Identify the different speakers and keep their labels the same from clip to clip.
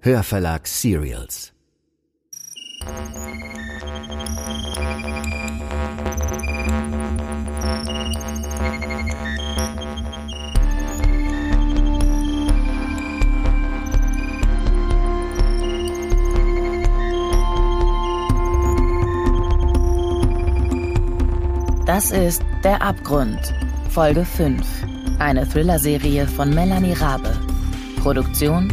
Speaker 1: Hörverlag Serials.
Speaker 2: Das ist Der Abgrund, Folge 5. Eine Thriller-Serie von Melanie Rabe. Produktion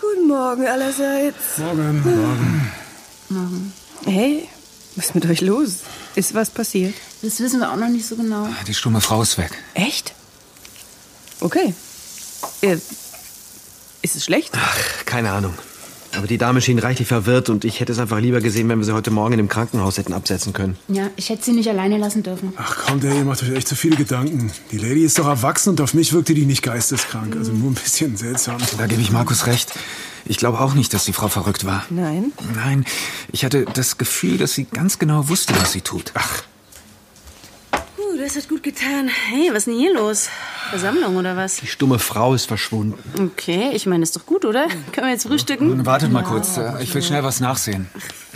Speaker 3: Guten Morgen allerseits.
Speaker 4: Morgen. Morgen.
Speaker 3: Hey, was ist mit euch los? Ist was passiert?
Speaker 5: Das wissen wir auch noch nicht so genau.
Speaker 4: Die stumme Frau ist weg.
Speaker 3: Echt? Okay. Äh, ist es schlecht?
Speaker 6: Ach, keine Ahnung. Aber die Dame schien reichlich verwirrt und ich hätte es einfach lieber gesehen, wenn wir sie heute Morgen in dem Krankenhaus hätten absetzen können.
Speaker 5: Ja, ich hätte sie nicht alleine lassen dürfen.
Speaker 4: Ach komm, der, ihr macht euch echt zu viele Gedanken. Die Lady ist doch erwachsen und auf mich wirkte die nicht geisteskrank. Also nur ein bisschen seltsam.
Speaker 6: Da gebe ich Markus recht. Ich glaube auch nicht, dass die Frau verrückt war.
Speaker 3: Nein.
Speaker 6: Nein, ich hatte das Gefühl, dass sie ganz genau wusste, was sie tut. Ach,
Speaker 7: Uh, das hat gut getan. Hey, was ist denn hier los? Versammlung oder was?
Speaker 6: die stumme Frau ist verschwunden.
Speaker 7: Okay, ich meine, ist doch gut, oder? Können wir jetzt frühstücken?
Speaker 6: Wartet mal kurz, äh, ich will schnell was nachsehen.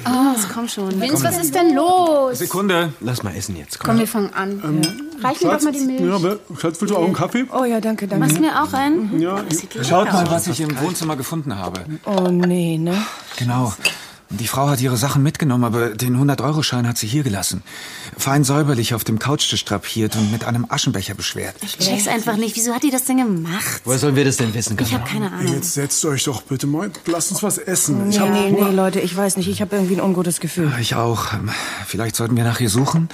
Speaker 7: Das komm schon.
Speaker 5: Vince, was ist denn los?
Speaker 6: Sekunde. Lass mal essen jetzt.
Speaker 5: Komm, wir fangen an. ja. Reich mir doch mal die
Speaker 4: Ja,
Speaker 5: Milch.
Speaker 4: wer- Schatz, willst du auch einen Kaffee?
Speaker 3: Oh ja, danke, danke.
Speaker 7: Machst du mir auch einen?
Speaker 4: Ja,
Speaker 7: Das sieht lecker
Speaker 6: Schaut
Speaker 7: aus.
Speaker 6: mal, was ich im Wohnzimmer gefunden habe.
Speaker 3: Oh nee, ne?
Speaker 6: Genau. Die Frau hat ihre Sachen mitgenommen, aber den 100-Euro-Schein hat sie hier gelassen. Fein säuberlich auf dem Couchtisch drapiert und mit einem Aschenbecher beschwert.
Speaker 7: Ich check's einfach nicht. Wieso hat die das denn gemacht?
Speaker 6: Woher sollen wir das denn wissen?
Speaker 7: Ich habe keine
Speaker 4: Ey,
Speaker 7: Ahnung.
Speaker 4: jetzt setzt euch doch bitte mal. Lasst uns was essen. Ich hab
Speaker 3: nee, nee,
Speaker 4: Hunger.
Speaker 3: Leute, ich weiß nicht. Ich habe irgendwie ein ungutes Gefühl.
Speaker 6: Ich auch. Vielleicht sollten wir nach ihr suchen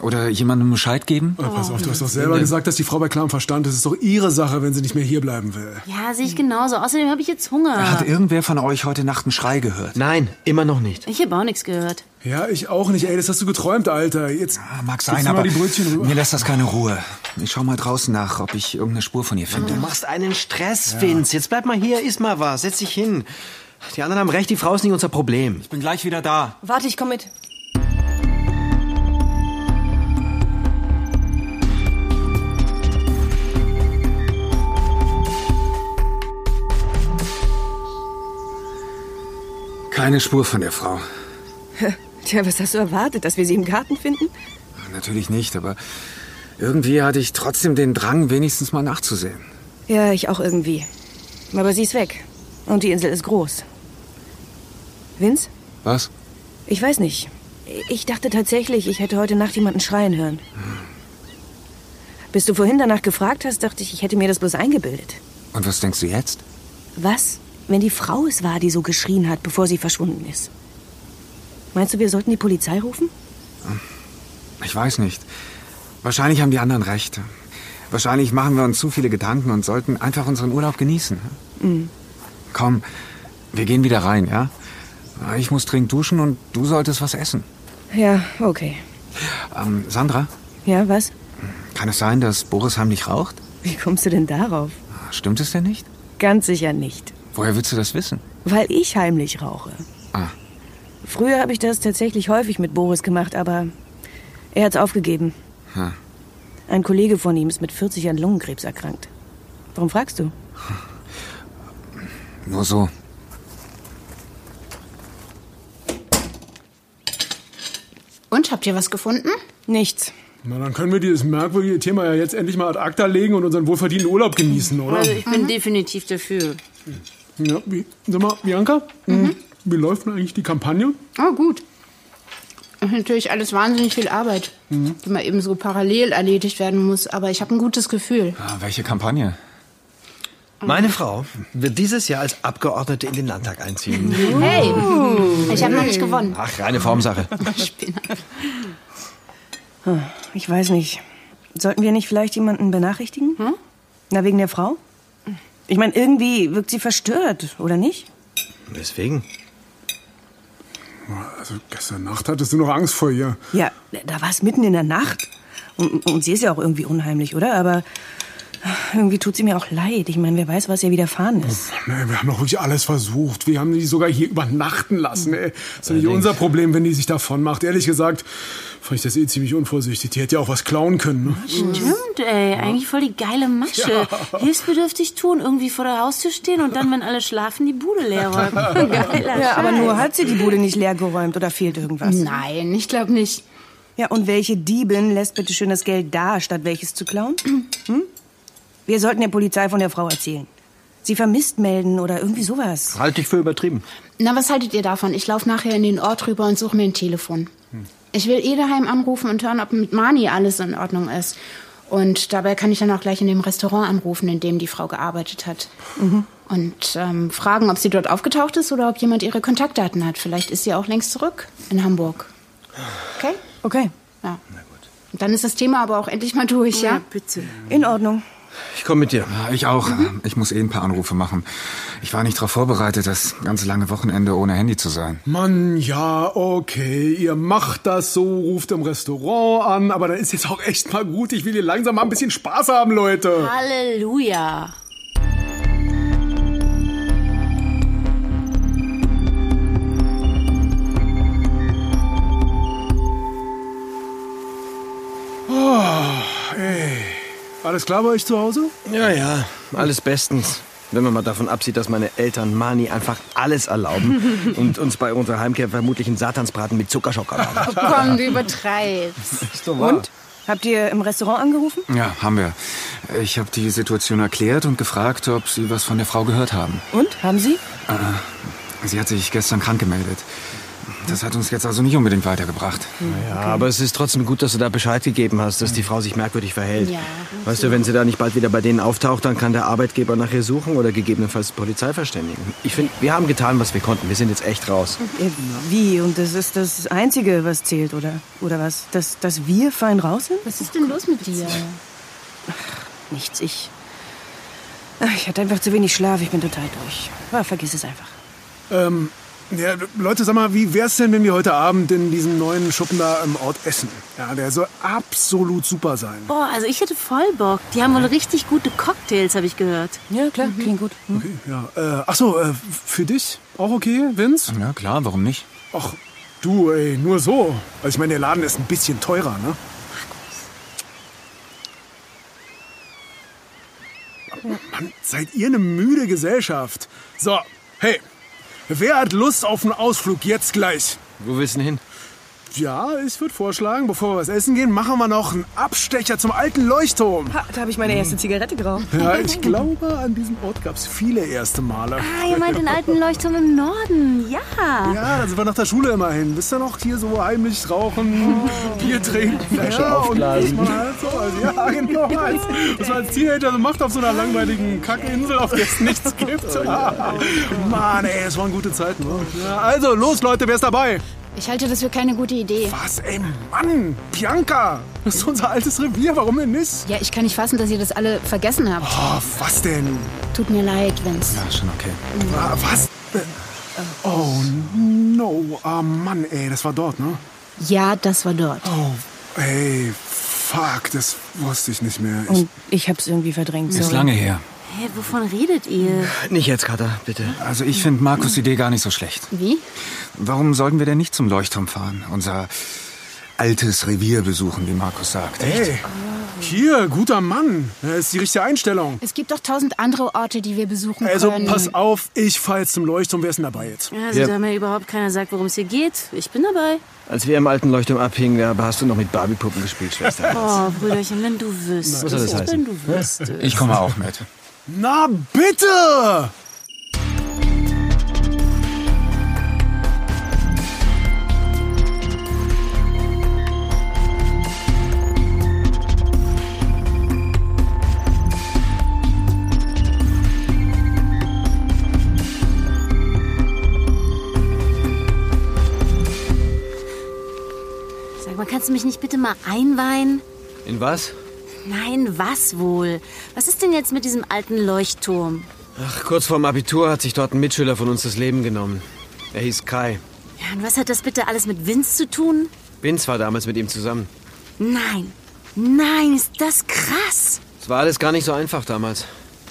Speaker 6: oder jemandem Bescheid geben.
Speaker 4: Ah, pass auf, du hast doch selber gesagt, dass die Frau bei klarem Verstand ist. Es ist doch ihre Sache, wenn sie nicht mehr hier bleiben will.
Speaker 7: Ja, sehe ich genauso. Außerdem habe ich jetzt
Speaker 6: Hat
Speaker 7: Hunger.
Speaker 6: irgendwer von euch heute Nacht einen Schrei gehört?
Speaker 8: Nein, immer noch nicht.
Speaker 7: Ich habe auch nichts gehört.
Speaker 4: Ja, ich auch nicht. Ey, das hast du geträumt, Alter. Jetzt
Speaker 6: Ah, Mag
Speaker 4: gib's
Speaker 6: sein,
Speaker 4: mir mal
Speaker 6: aber
Speaker 4: die Brötchen rüber.
Speaker 6: mir lässt das keine Ruhe. Ich schau mal draußen nach, ob Ah. ich irgendeine Spur von ihr finde.
Speaker 8: Du machst einen Stress, Vince. Jetzt bleib mal hier, iss mal was, setz dich hin. Die anderen haben recht, die Frau ist nicht unser Problem.
Speaker 6: Ich bin gleich wieder da.
Speaker 3: Warte, ich komm mit.
Speaker 6: Keine Spur von der Frau.
Speaker 3: Tja, was hast du erwartet, dass wir sie im Garten finden?
Speaker 6: Natürlich nicht, aber irgendwie hatte ich trotzdem den Drang, wenigstens mal nachzusehen.
Speaker 3: Ja, ich auch irgendwie. Aber sie ist weg. Und die Insel ist groß. Vince?
Speaker 6: Was?
Speaker 3: Ich weiß nicht. Ich dachte tatsächlich, ich hätte heute Nacht jemanden schreien hören. Bis du vorhin danach gefragt hast, dachte ich, ich hätte mir das bloß eingebildet.
Speaker 6: Und was denkst du jetzt?
Speaker 3: Was, wenn die Frau es war, die so geschrien hat, bevor sie verschwunden ist? Meinst du, wir sollten die Polizei rufen?
Speaker 6: Ich weiß nicht. Wahrscheinlich haben die anderen recht. Wahrscheinlich machen wir uns zu viele Gedanken und sollten einfach unseren Urlaub genießen. Komm, wir gehen wieder rein, ja? Ich muss dringend duschen und du solltest was essen.
Speaker 3: Ja, okay.
Speaker 6: Ähm, Sandra,
Speaker 3: Ja, was?
Speaker 6: kann es sein, dass Boris heimlich raucht?
Speaker 3: Wie kommst du denn darauf?
Speaker 6: Stimmt es denn nicht?
Speaker 3: Ganz sicher nicht.
Speaker 6: Woher willst du das wissen?
Speaker 3: Weil ich heimlich rauche.
Speaker 6: Ah.
Speaker 3: Früher habe ich das tatsächlich häufig mit Boris gemacht, aber er hat es aufgegeben.
Speaker 6: Hm.
Speaker 3: Ein Kollege von ihm ist mit 40 an Lungenkrebs erkrankt. Warum fragst du?
Speaker 6: Nur so.
Speaker 5: Und habt ihr was gefunden?
Speaker 3: Nichts.
Speaker 4: Na, dann können wir dieses merkwürdige Thema ja jetzt endlich mal ad acta legen und unseren wohlverdienten Urlaub genießen, oder?
Speaker 7: Also ich bin
Speaker 3: Mhm.
Speaker 7: definitiv dafür.
Speaker 4: Ja, wie, sag mal, Bianca, Hm? wie läuft denn eigentlich die Kampagne?
Speaker 5: Oh, gut. Das ist natürlich alles wahnsinnig viel Arbeit, die mal eben so parallel erledigt werden muss. Aber ich habe ein gutes Gefühl.
Speaker 6: Ah, welche Kampagne?
Speaker 8: Meine Frau wird dieses Jahr als Abgeordnete in den Landtag einziehen.
Speaker 5: Hey, ich habe noch nicht gewonnen.
Speaker 8: Ach, reine Formsache.
Speaker 5: Spinner.
Speaker 3: Ich weiß nicht. Sollten wir nicht vielleicht jemanden benachrichtigen? Na, wegen der Frau? Ich meine, irgendwie wirkt sie verstört, oder nicht?
Speaker 8: Deswegen.
Speaker 4: Also gestern Nacht hattest du noch Angst vor ihr.
Speaker 3: Ja, da war es mitten in der Nacht. Und, und sie ist ja auch irgendwie unheimlich, oder? Aber irgendwie tut sie mir auch leid. Ich meine, wer weiß, was ihr widerfahren ist.
Speaker 4: Nee, wir haben doch wirklich alles versucht. Wir haben die sogar hier übernachten lassen. Ey. Das ist ja nicht unser Problem, wenn die sich davon macht. Ehrlich gesagt, fand ich das eh ziemlich unvorsichtig. Die hätte ja auch was klauen können. Ne?
Speaker 7: Stimmt, ey. Eigentlich voll die geile Masche. Hilfsbedürftig tun, irgendwie vor der Haustür stehen und dann, wenn alle schlafen, die Bude leer räumen. Geiler
Speaker 3: Ja, aber
Speaker 7: Scheiß.
Speaker 3: nur halt- hat sie die Bude nicht leer geräumt oder fehlt irgendwas.
Speaker 5: Nein, ich glaube nicht.
Speaker 3: Ja, und welche Diebin lässt bitte schön das Geld da, statt welches zu klauen? Hm? Wir sollten der Polizei von der Frau erzählen. Sie vermisst melden oder irgendwie sowas.
Speaker 8: Halte ich für übertrieben.
Speaker 5: Na, was haltet ihr davon? Ich laufe nachher in den Ort rüber und suche mir ein Telefon. Ich will eh daheim anrufen und hören, ob mit Mani alles in Ordnung ist. Und dabei kann ich dann auch gleich in dem Restaurant anrufen, in dem die Frau gearbeitet hat. Und ähm, fragen, ob sie dort aufgetaucht ist oder ob jemand ihre Kontaktdaten hat. Vielleicht ist sie auch längst zurück in Hamburg. Okay?
Speaker 3: Okay,
Speaker 5: Ja. Und Dann ist das Thema aber auch endlich mal durch, ja?
Speaker 7: Bitte.
Speaker 3: in Ordnung.
Speaker 8: Ich komme mit dir.
Speaker 6: Ja, Ich auch.
Speaker 8: Mhm.
Speaker 6: Ich muss eh ein paar Anrufe machen. Ich war nicht darauf vorbereitet, das ganze lange Wochenende ohne Handy zu sein.
Speaker 4: Mann, ja, okay, ihr macht das so, ruft im Restaurant an, aber dann ist jetzt auch echt mal gut. Ich will hier langsam mal ein bisschen Spaß haben, Leute.
Speaker 7: Halleluja.
Speaker 4: Alles klar bei euch zu Hause?
Speaker 8: Ja, ja, alles bestens. Wenn man mal davon absieht, dass meine Eltern Mani einfach alles erlauben und uns bei unserer Heimkehr vermutlich einen Satansbraten mit Zuckerschock erlauben.
Speaker 5: Komm, Oh du übertreibst.
Speaker 8: Ist doch wahr. Und?
Speaker 3: Habt ihr im Restaurant angerufen?
Speaker 6: Ja, haben wir. Ich habe die Situation erklärt und gefragt, ob Sie was von der Frau gehört haben.
Speaker 3: Und? Haben sie?
Speaker 6: Sie hat sich gestern krank gemeldet. Das hat uns jetzt also nicht unbedingt weitergebracht.
Speaker 8: Ja, aber es ist trotzdem gut, dass du da Bescheid gegeben hast, dass die Frau sich merkwürdig verhält. weißt du, wenn sie da nicht bald wieder bei denen auftaucht, dann kann der Arbeitgeber nach ihr suchen oder gegebenenfalls die Polizei verständigen. Ich finde, wir haben getan, was wir konnten. Wir sind jetzt echt raus.
Speaker 3: Äh, Wie? Und das ist das Einzige, was zählt, oder? Oder was? Dass, dass wir fein raus sind?
Speaker 5: Was ist denn los mit dir?
Speaker 3: Nichts, ich. Ach, Ich hatte einfach zu wenig Schlaf, ich bin total durch. Aber vergiss es einfach.
Speaker 4: Ähm, ja, Leute, sag mal, wie wär's denn, wenn wir heute Abend in diesem neuen Schuppen da im Ort essen? Ja, der soll absolut super sein.
Speaker 7: Boah, also ich hätte voll Bock. Die haben wohl richtig gute Cocktails, habe ich gehört.
Speaker 3: Ja, klar, klingt gut. Hm?
Speaker 4: Okay, ja. Äh, ach so, äh, für dich auch okay, Vince?
Speaker 6: Ja, klar, warum nicht?
Speaker 4: Ach, du, ey, nur so. Also ich meine, der Laden ist ein bisschen teurer, ne? Mann, seid ihr eine müde Gesellschaft? So, hey, wer hat Lust auf einen Ausflug jetzt gleich?
Speaker 8: Wo willst du denn hin?
Speaker 4: Ja, ich würde vorschlagen, bevor wir was essen gehen, machen wir noch einen Abstecher zum alten Leuchtturm.
Speaker 3: Ha, da habe ich meine erste Zigarette geraucht.
Speaker 4: Ja, ich glaube, an diesem Ort gab es viele erste Male.
Speaker 7: Ah, ihr meint den alten Leuchtturm im Norden. Ja.
Speaker 4: Ja, da sind wir nach der Schule immer hin. Bist du noch hier so heimlich rauchen, Bier trinken, Oh. Flasche ja, aufblasen? Und das war halt so, also, ja, genau. Als, was man als Teenager so macht auf so einer langweiligen Kackinsel, auf der es nichts gibt. Mann, ey, es waren gute Zeiten. wa? Ja, also, los, Leute, wer ist dabei?
Speaker 5: Ich halte das für keine gute Idee.
Speaker 4: Was, ey, Mann, Bianca, das ist unser altes Revier, warum denn nicht?
Speaker 5: Ja, ich kann nicht fassen, dass ihr das alle vergessen habt.
Speaker 4: Oh, was denn?
Speaker 5: Tut mir leid, Vince.
Speaker 6: Ja, schon okay.
Speaker 4: Ah, Was? Äh, Oh, no. Ah, Mann, ey, das war dort, ne?
Speaker 5: Ja, das war dort.
Speaker 4: Oh, ey, fuck, das wusste ich nicht mehr. Ich,
Speaker 3: Und ich hab's irgendwie verdrängt.
Speaker 6: Ist
Speaker 3: sorry.
Speaker 6: lange her.
Speaker 7: Hä, wovon redet ihr?
Speaker 8: Nicht jetzt, Kater, bitte.
Speaker 6: Also ich finde
Speaker 8: Hm.
Speaker 6: Markus' Idee gar nicht so schlecht.
Speaker 5: Wie?
Speaker 6: Warum sollten wir denn nicht zum Leuchtturm fahren? Unser altes Revier besuchen, wie Markus sagt.
Speaker 4: ey, hier, guter Mann. Das ist die richtige Einstellung.
Speaker 5: Es gibt doch tausend andere Orte, die wir besuchen
Speaker 4: Also,
Speaker 5: können.
Speaker 4: pass auf, ich fahr jetzt zum Leuchtturm. Wer ist denn dabei jetzt?
Speaker 7: Also,
Speaker 8: Ja.
Speaker 7: da mir überhaupt keiner sagt, worum es hier geht. Ich bin dabei.
Speaker 8: Als wir im alten Leuchtturm abhingen, da hast du noch mit Barbiepuppen gespielt, Schwester.
Speaker 7: Oh, Brüderchen, wenn du wüsstest.
Speaker 8: Was soll das heißen?
Speaker 7: Wenn du wüsstest.
Speaker 6: Ich komme auch mit.
Speaker 4: Na, bitte!
Speaker 7: Kannst du mich nicht bitte mal einweihen?
Speaker 8: In was?
Speaker 7: Nein, was wohl? Was ist denn jetzt mit diesem alten Leuchtturm?
Speaker 8: Ach, kurz vorm Abitur hat sich dort ein Mitschüler von uns das Leben genommen. Er hieß Kai.
Speaker 7: Ja, und was hat das bitte alles mit Vince zu tun?
Speaker 8: Vince war damals mit ihm zusammen.
Speaker 7: Nein. Nein, ist das krass.
Speaker 8: Es war alles gar nicht so einfach damals.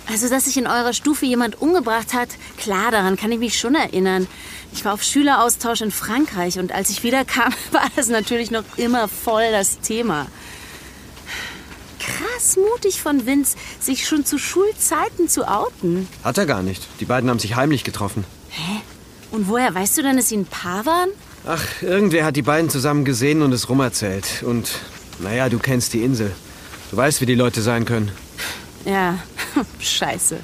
Speaker 7: Also, dass sich in eurer Stufe jemand umgebracht hat, klar, daran kann ich mich schon erinnern. Ich war auf Schüleraustausch in Frankreich und als ich wiederkam, war das natürlich noch immer voll das Thema. Krass mutig von Vince, sich schon zu Schulzeiten zu outen.
Speaker 8: Hat er gar nicht. Die beiden haben sich heimlich getroffen.
Speaker 7: Hä? Und woher weißt du denn, dass sie ein Paar waren?
Speaker 8: Ach, irgendwer hat die beiden zusammen gesehen und es rumerzählt. Und, naja, du kennst die Insel. Du weißt, wie die Leute sein können.
Speaker 7: Ja, scheiße.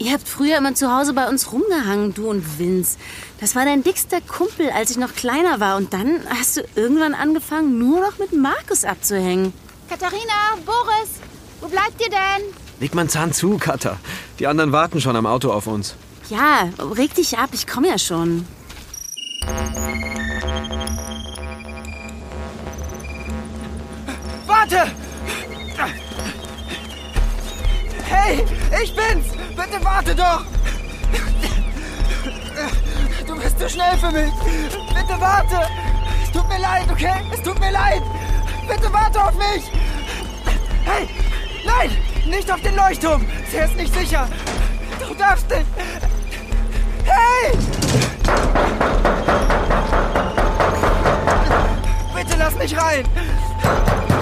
Speaker 7: Ihr habt früher immer zu Hause bei uns rumgehangen, du und Vince. Das war dein dickster Kumpel, als ich noch kleiner war. Und dann hast du irgendwann angefangen, nur noch mit Markus abzuhängen.
Speaker 9: Katharina, Boris, wo bleibt ihr denn?
Speaker 8: Leg mal einen Zahn zu, Katter. Die anderen warten schon am Auto auf uns.
Speaker 7: Ja, reg dich ab, ich komme ja schon.
Speaker 10: Warte! Hey, ich bin's! Bitte warte doch! Du bist zu schnell für mich! Bitte warte! Es tut mir leid, okay? Es tut mir leid! Bitte warte auf mich! Hey! Nein! Nicht auf den Leuchtturm! Der ist nicht sicher! Du darfst nicht! Hey! Bitte lass mich rein!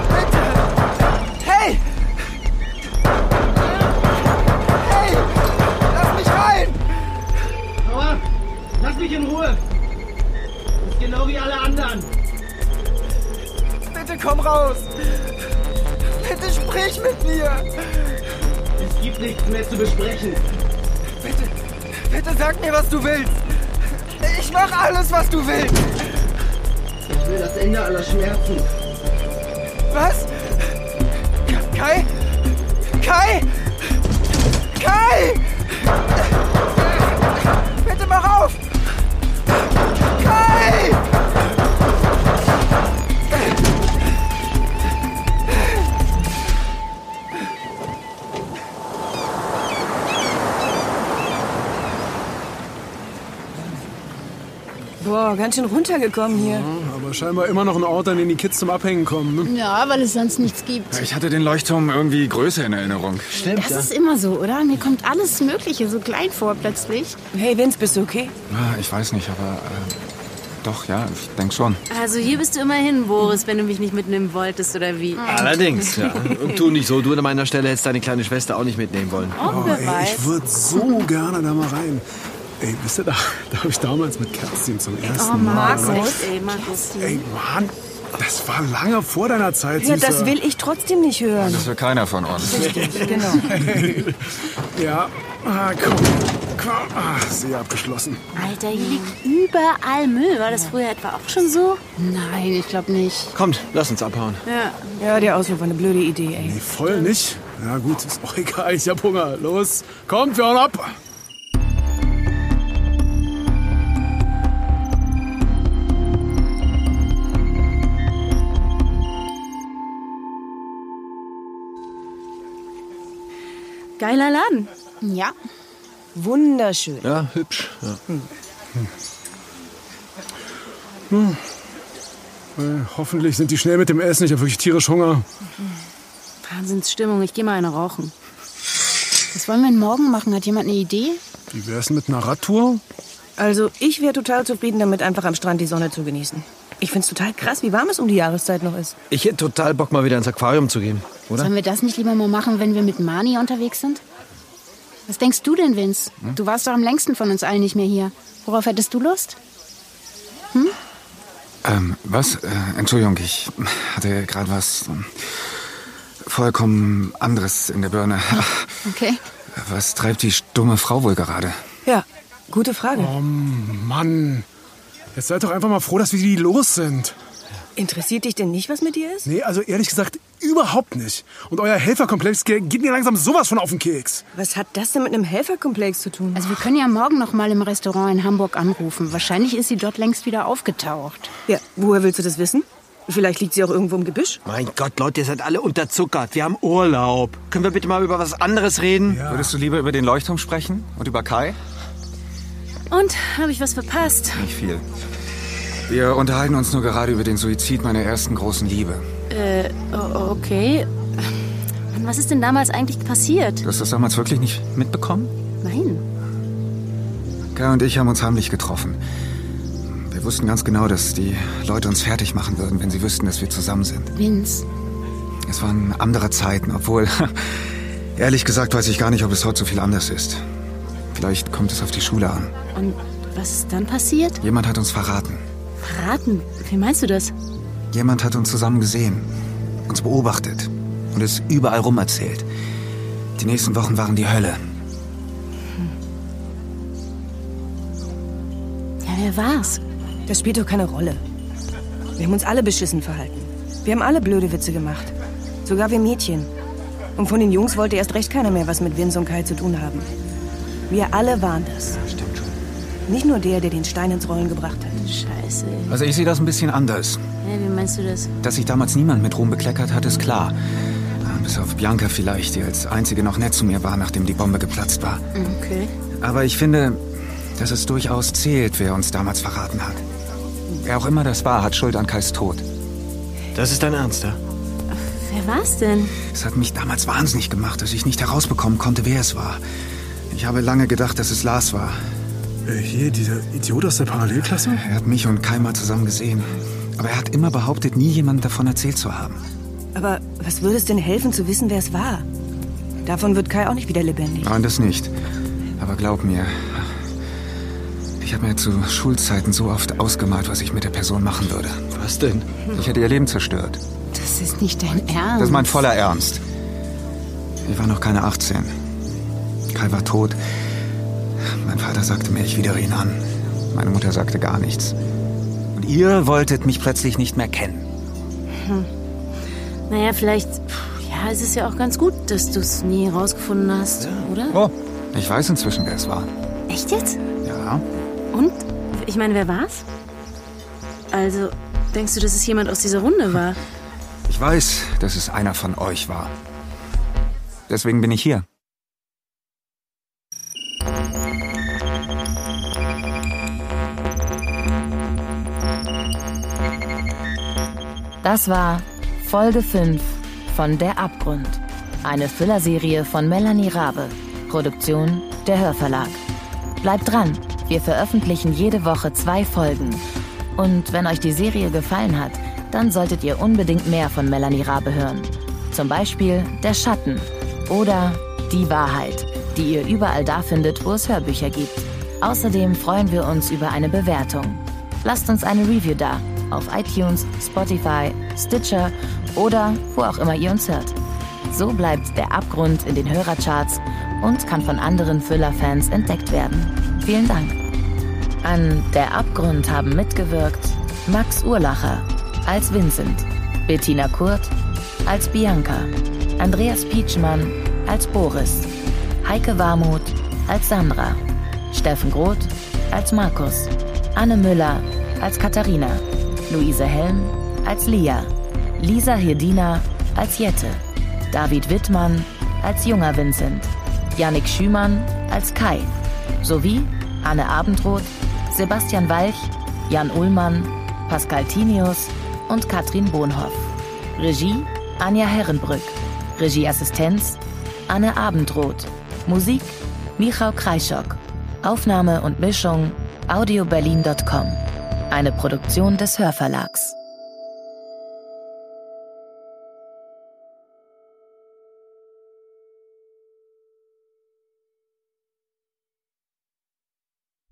Speaker 10: Bitte! Hey! Hey! Lass mich rein!
Speaker 11: Aua, lass mich in Ruhe. Das ist genau wie alle anderen.
Speaker 10: Bitte komm raus! Bitte sprich mit mir!
Speaker 11: Es gibt nichts mehr zu besprechen.
Speaker 10: Bitte, bitte sag mir, was du willst! Ich mach alles, was du willst!
Speaker 11: Ich will das Ende aller Schmerzen.
Speaker 10: Was? Kai? Kai? Kai! Bitte mach auf! Kai!
Speaker 3: Boah, ganz schön runtergekommen hier.
Speaker 10: Mhm.
Speaker 4: Aber scheinbar immer noch ein Ort, an den die Kids zum Abhängen kommen. Ne?
Speaker 5: Ja, weil es sonst nichts gibt.
Speaker 6: Ich hatte den Leuchtturm irgendwie größer in Erinnerung.
Speaker 5: Das ist immer so, oder? Mir kommt alles Mögliche so klein vor plötzlich.
Speaker 3: Hey, Vince, bist du okay?
Speaker 6: Ah, Ich weiß nicht, aber äh, doch, ja, ich denke schon.
Speaker 7: Also hier bist du immerhin, Boris, wenn du mich nicht mitnehmen wolltest oder wie.
Speaker 8: Allerdings, ja. Und tu nicht so. Du an meiner Stelle hättest deine kleine Schwester auch nicht mitnehmen wollen.
Speaker 7: Oh, wer
Speaker 4: Ey,
Speaker 7: weiß.
Speaker 4: ich würde so gerne da mal rein. Ey, wisst ihr, da, da habe ich damals mit Kerstin zum ersten
Speaker 3: Oh,
Speaker 4: Mal.
Speaker 7: Markus, echt, ey, Markus.
Speaker 4: Ey, Mann, das war lange vor deiner Zeit,
Speaker 3: Ja,
Speaker 4: Süßer.
Speaker 3: das will ich trotzdem nicht hören.
Speaker 6: Das will keiner von uns.
Speaker 3: Genau.
Speaker 4: Ja, ah, komm, komm. Ah, See abgeschlossen.
Speaker 7: Alter, hier liegt überall Müll. War das früher etwa auch schon so?
Speaker 5: Nein, ich glaube nicht.
Speaker 8: Kommt, lass uns abhauen.
Speaker 3: Ja, der Ausflug war eine blöde Idee, ey.
Speaker 4: Nee, voll nicht. Ja gut, ist auch egal, ich hab Hunger. Los, kommt, wir hauen ab.
Speaker 7: Geiler Laden.
Speaker 5: Ja.
Speaker 3: Wunderschön.
Speaker 8: Ja, hübsch. Ja.
Speaker 4: Äh, hoffentlich sind die schnell mit dem Essen. Ich habe wirklich tierisch Hunger.
Speaker 7: Wahnsinnsstimmung, ich gehe mal eine rauchen.
Speaker 5: Was wollen wir denn morgen machen? Hat jemand eine Idee?
Speaker 4: Wie wär's denn mit einer Radtour?
Speaker 3: Also, ich wäre total zufrieden damit, einfach am Strand die Sonne zu genießen. Ich find's total krass, wie warm es um die Jahreszeit noch ist.
Speaker 8: Ich hätte total Bock, mal wieder ins Aquarium zu gehen, oder?
Speaker 5: Sollen wir das nicht lieber mal machen, wenn wir mit Mani unterwegs sind? Was denkst du denn, Vince? Du warst doch am längsten von uns allen nicht mehr hier. Worauf hättest du Lust?
Speaker 6: Ähm, was? Äh, Entschuldigung, ich hatte gerade was ähm, vollkommen anderes in der Birne.
Speaker 5: Okay.
Speaker 6: Was treibt die stumme Frau wohl gerade?
Speaker 3: Ja, gute Frage.
Speaker 4: Mann, jetzt seid doch einfach mal froh, dass wir die los sind.
Speaker 3: Interessiert dich denn nicht, was mit dir ist?
Speaker 4: Nee, also ehrlich gesagt, überhaupt nicht. Und euer Helferkomplex ge- geht mir langsam sowas von auf den Keks.
Speaker 3: Was hat das denn mit einem Helferkomplex zu tun?
Speaker 5: Also wir können ja morgen noch mal im Restaurant in Hamburg anrufen. Wahrscheinlich ist sie dort längst wieder aufgetaucht.
Speaker 3: Ja, woher willst du das wissen? Vielleicht liegt sie auch irgendwo im Gebüsch.
Speaker 8: Mein Gott, Leute, ihr seid alle unterzuckert. Wir haben Urlaub. Können wir bitte mal über was anderes reden?
Speaker 6: Würdest du lieber über den Leuchtturm sprechen? Und über Kai?
Speaker 7: Und habe ich was verpasst?
Speaker 6: Nicht viel. Wir unterhalten uns nur gerade über den Suizid meiner ersten großen Liebe.
Speaker 7: Äh, o- okay. Mann, was ist denn damals eigentlich passiert?
Speaker 6: Du hast das damals wirklich nicht mitbekommen?
Speaker 7: Nein.
Speaker 6: Kai und ich haben uns heimlich getroffen. Wir wussten ganz genau, dass die Leute uns fertig machen würden, wenn sie wüssten, dass wir zusammen sind.
Speaker 5: Vince.
Speaker 6: Es waren andere Zeiten, obwohl, ehrlich gesagt, weiß ich gar nicht, ob es heute so viel anders ist. Vielleicht kommt es auf die Schule an.
Speaker 7: Und was ist dann passiert?
Speaker 6: Jemand hat uns verraten.
Speaker 7: Verraten? Wie meinst du das?
Speaker 6: Jemand hat uns zusammen gesehen, uns beobachtet und es überall rum erzählt. Die nächsten Wochen waren die Hölle.
Speaker 7: Ja, wer war's?
Speaker 3: Das spielt doch keine Rolle. Wir haben uns alle beschissen verhalten. Wir haben alle blöde Witze gemacht. Sogar wir Mädchen. Und von den Jungs wollte erst recht keiner mehr was mit Vince und Kai zu tun haben. Wir alle waren das.
Speaker 6: Stimmt schon.
Speaker 3: Nicht nur der, der den Stein ins Rollen gebracht hat.
Speaker 7: Scheiße.
Speaker 6: Also ich sehe das ein bisschen anders.
Speaker 7: Hä, wie meinst du das?
Speaker 6: Dass sich damals niemand mit Ruhm bekleckert hat, ist klar. Ah, Bis auf Bianca vielleicht, die als einzige noch nett zu mir war, nachdem die Bombe geplatzt war.
Speaker 7: Okay.
Speaker 6: Aber ich finde, dass es durchaus zählt, wer uns damals verraten hat. Wer auch immer das war, hat Schuld an Kais Tod.
Speaker 8: Das ist dein Ernst, ja?
Speaker 7: Wer war's denn?
Speaker 6: Es hat mich damals wahnsinnig gemacht, dass ich nicht herausbekommen konnte, wer es war. Ich habe lange gedacht, dass es Lars war.
Speaker 4: Äh, hier, dieser Idiot aus der Parallelklasse?
Speaker 6: Er hat mich und Kai mal zusammen gesehen. Aber er hat immer behauptet, nie jemandem davon erzählt zu haben.
Speaker 3: Aber was würde es denn helfen, zu wissen, wer es war? Davon wird Kai auch nicht wieder lebendig.
Speaker 6: Nein, das nicht. Aber glaub mir, ich habe mir zu Schulzeiten so oft ausgemalt, was ich mit der Person machen würde.
Speaker 8: Was denn?
Speaker 6: Ich hätte ihr Leben zerstört.
Speaker 5: Das ist nicht dein Ernst.
Speaker 6: Das ist mein voller Ernst. Ich war noch keine 18. Kai war tot. Mein Vater sagte mir, ich widere ihn an. Meine Mutter sagte gar nichts. Und ihr wolltet mich plötzlich nicht mehr kennen.
Speaker 7: Naja, vielleicht. pff, Ja, es ist ja auch ganz gut, dass du es nie herausgefunden hast, oder?
Speaker 6: Oh, ich weiß inzwischen, wer es war.
Speaker 7: Echt jetzt?
Speaker 6: Ja.
Speaker 7: Und? Ich meine, wer war's? Also, denkst du, dass es jemand aus dieser Runde war?
Speaker 6: Ich weiß, dass es einer von euch war. Deswegen bin ich hier.
Speaker 2: Das war Folge 5 von Der Abgrund. Eine Füllerserie von Melanie Rabe. Produktion der Hörverlag. Bleibt dran, wir veröffentlichen jede Woche zwei Folgen. Und wenn euch die Serie gefallen hat, dann solltet ihr unbedingt mehr von Melanie Rabe hören. Zum Beispiel Der Schatten oder Die Wahrheit, die ihr überall da findet, wo es Hörbücher gibt. Außerdem freuen wir uns über eine Bewertung. Lasst uns eine Review da auf iTunes, Spotify, Stitcher oder wo auch immer ihr uns hört. So bleibt der Abgrund in den Hörercharts und kann von anderen Füller-Fans entdeckt werden. Vielen Dank. An Der Abgrund haben mitgewirkt Max Urlacher als Vincent, Bettina Kurt als Bianca, Andreas Pietschmann als Boris, Heike Warmuth als Sandra, Steffen Groth als Markus, Anne Müller als Katharina, Luise Helm als Lia, Lisa Hirdina als Jette, David Wittmann als junger Vincent, Yannick Schümann als Kai, sowie Anne Abendroth, Sebastian Walch, Jan Ullmann, Pascal Tinius und Katrin Bohnhoff. Regie Anja Herrenbrück. Regieassistenz Anne Abendroth. Musik Michał Kreischock. Aufnahme und Mischung audioberlin.com. Eine Produktion des Hörverlags.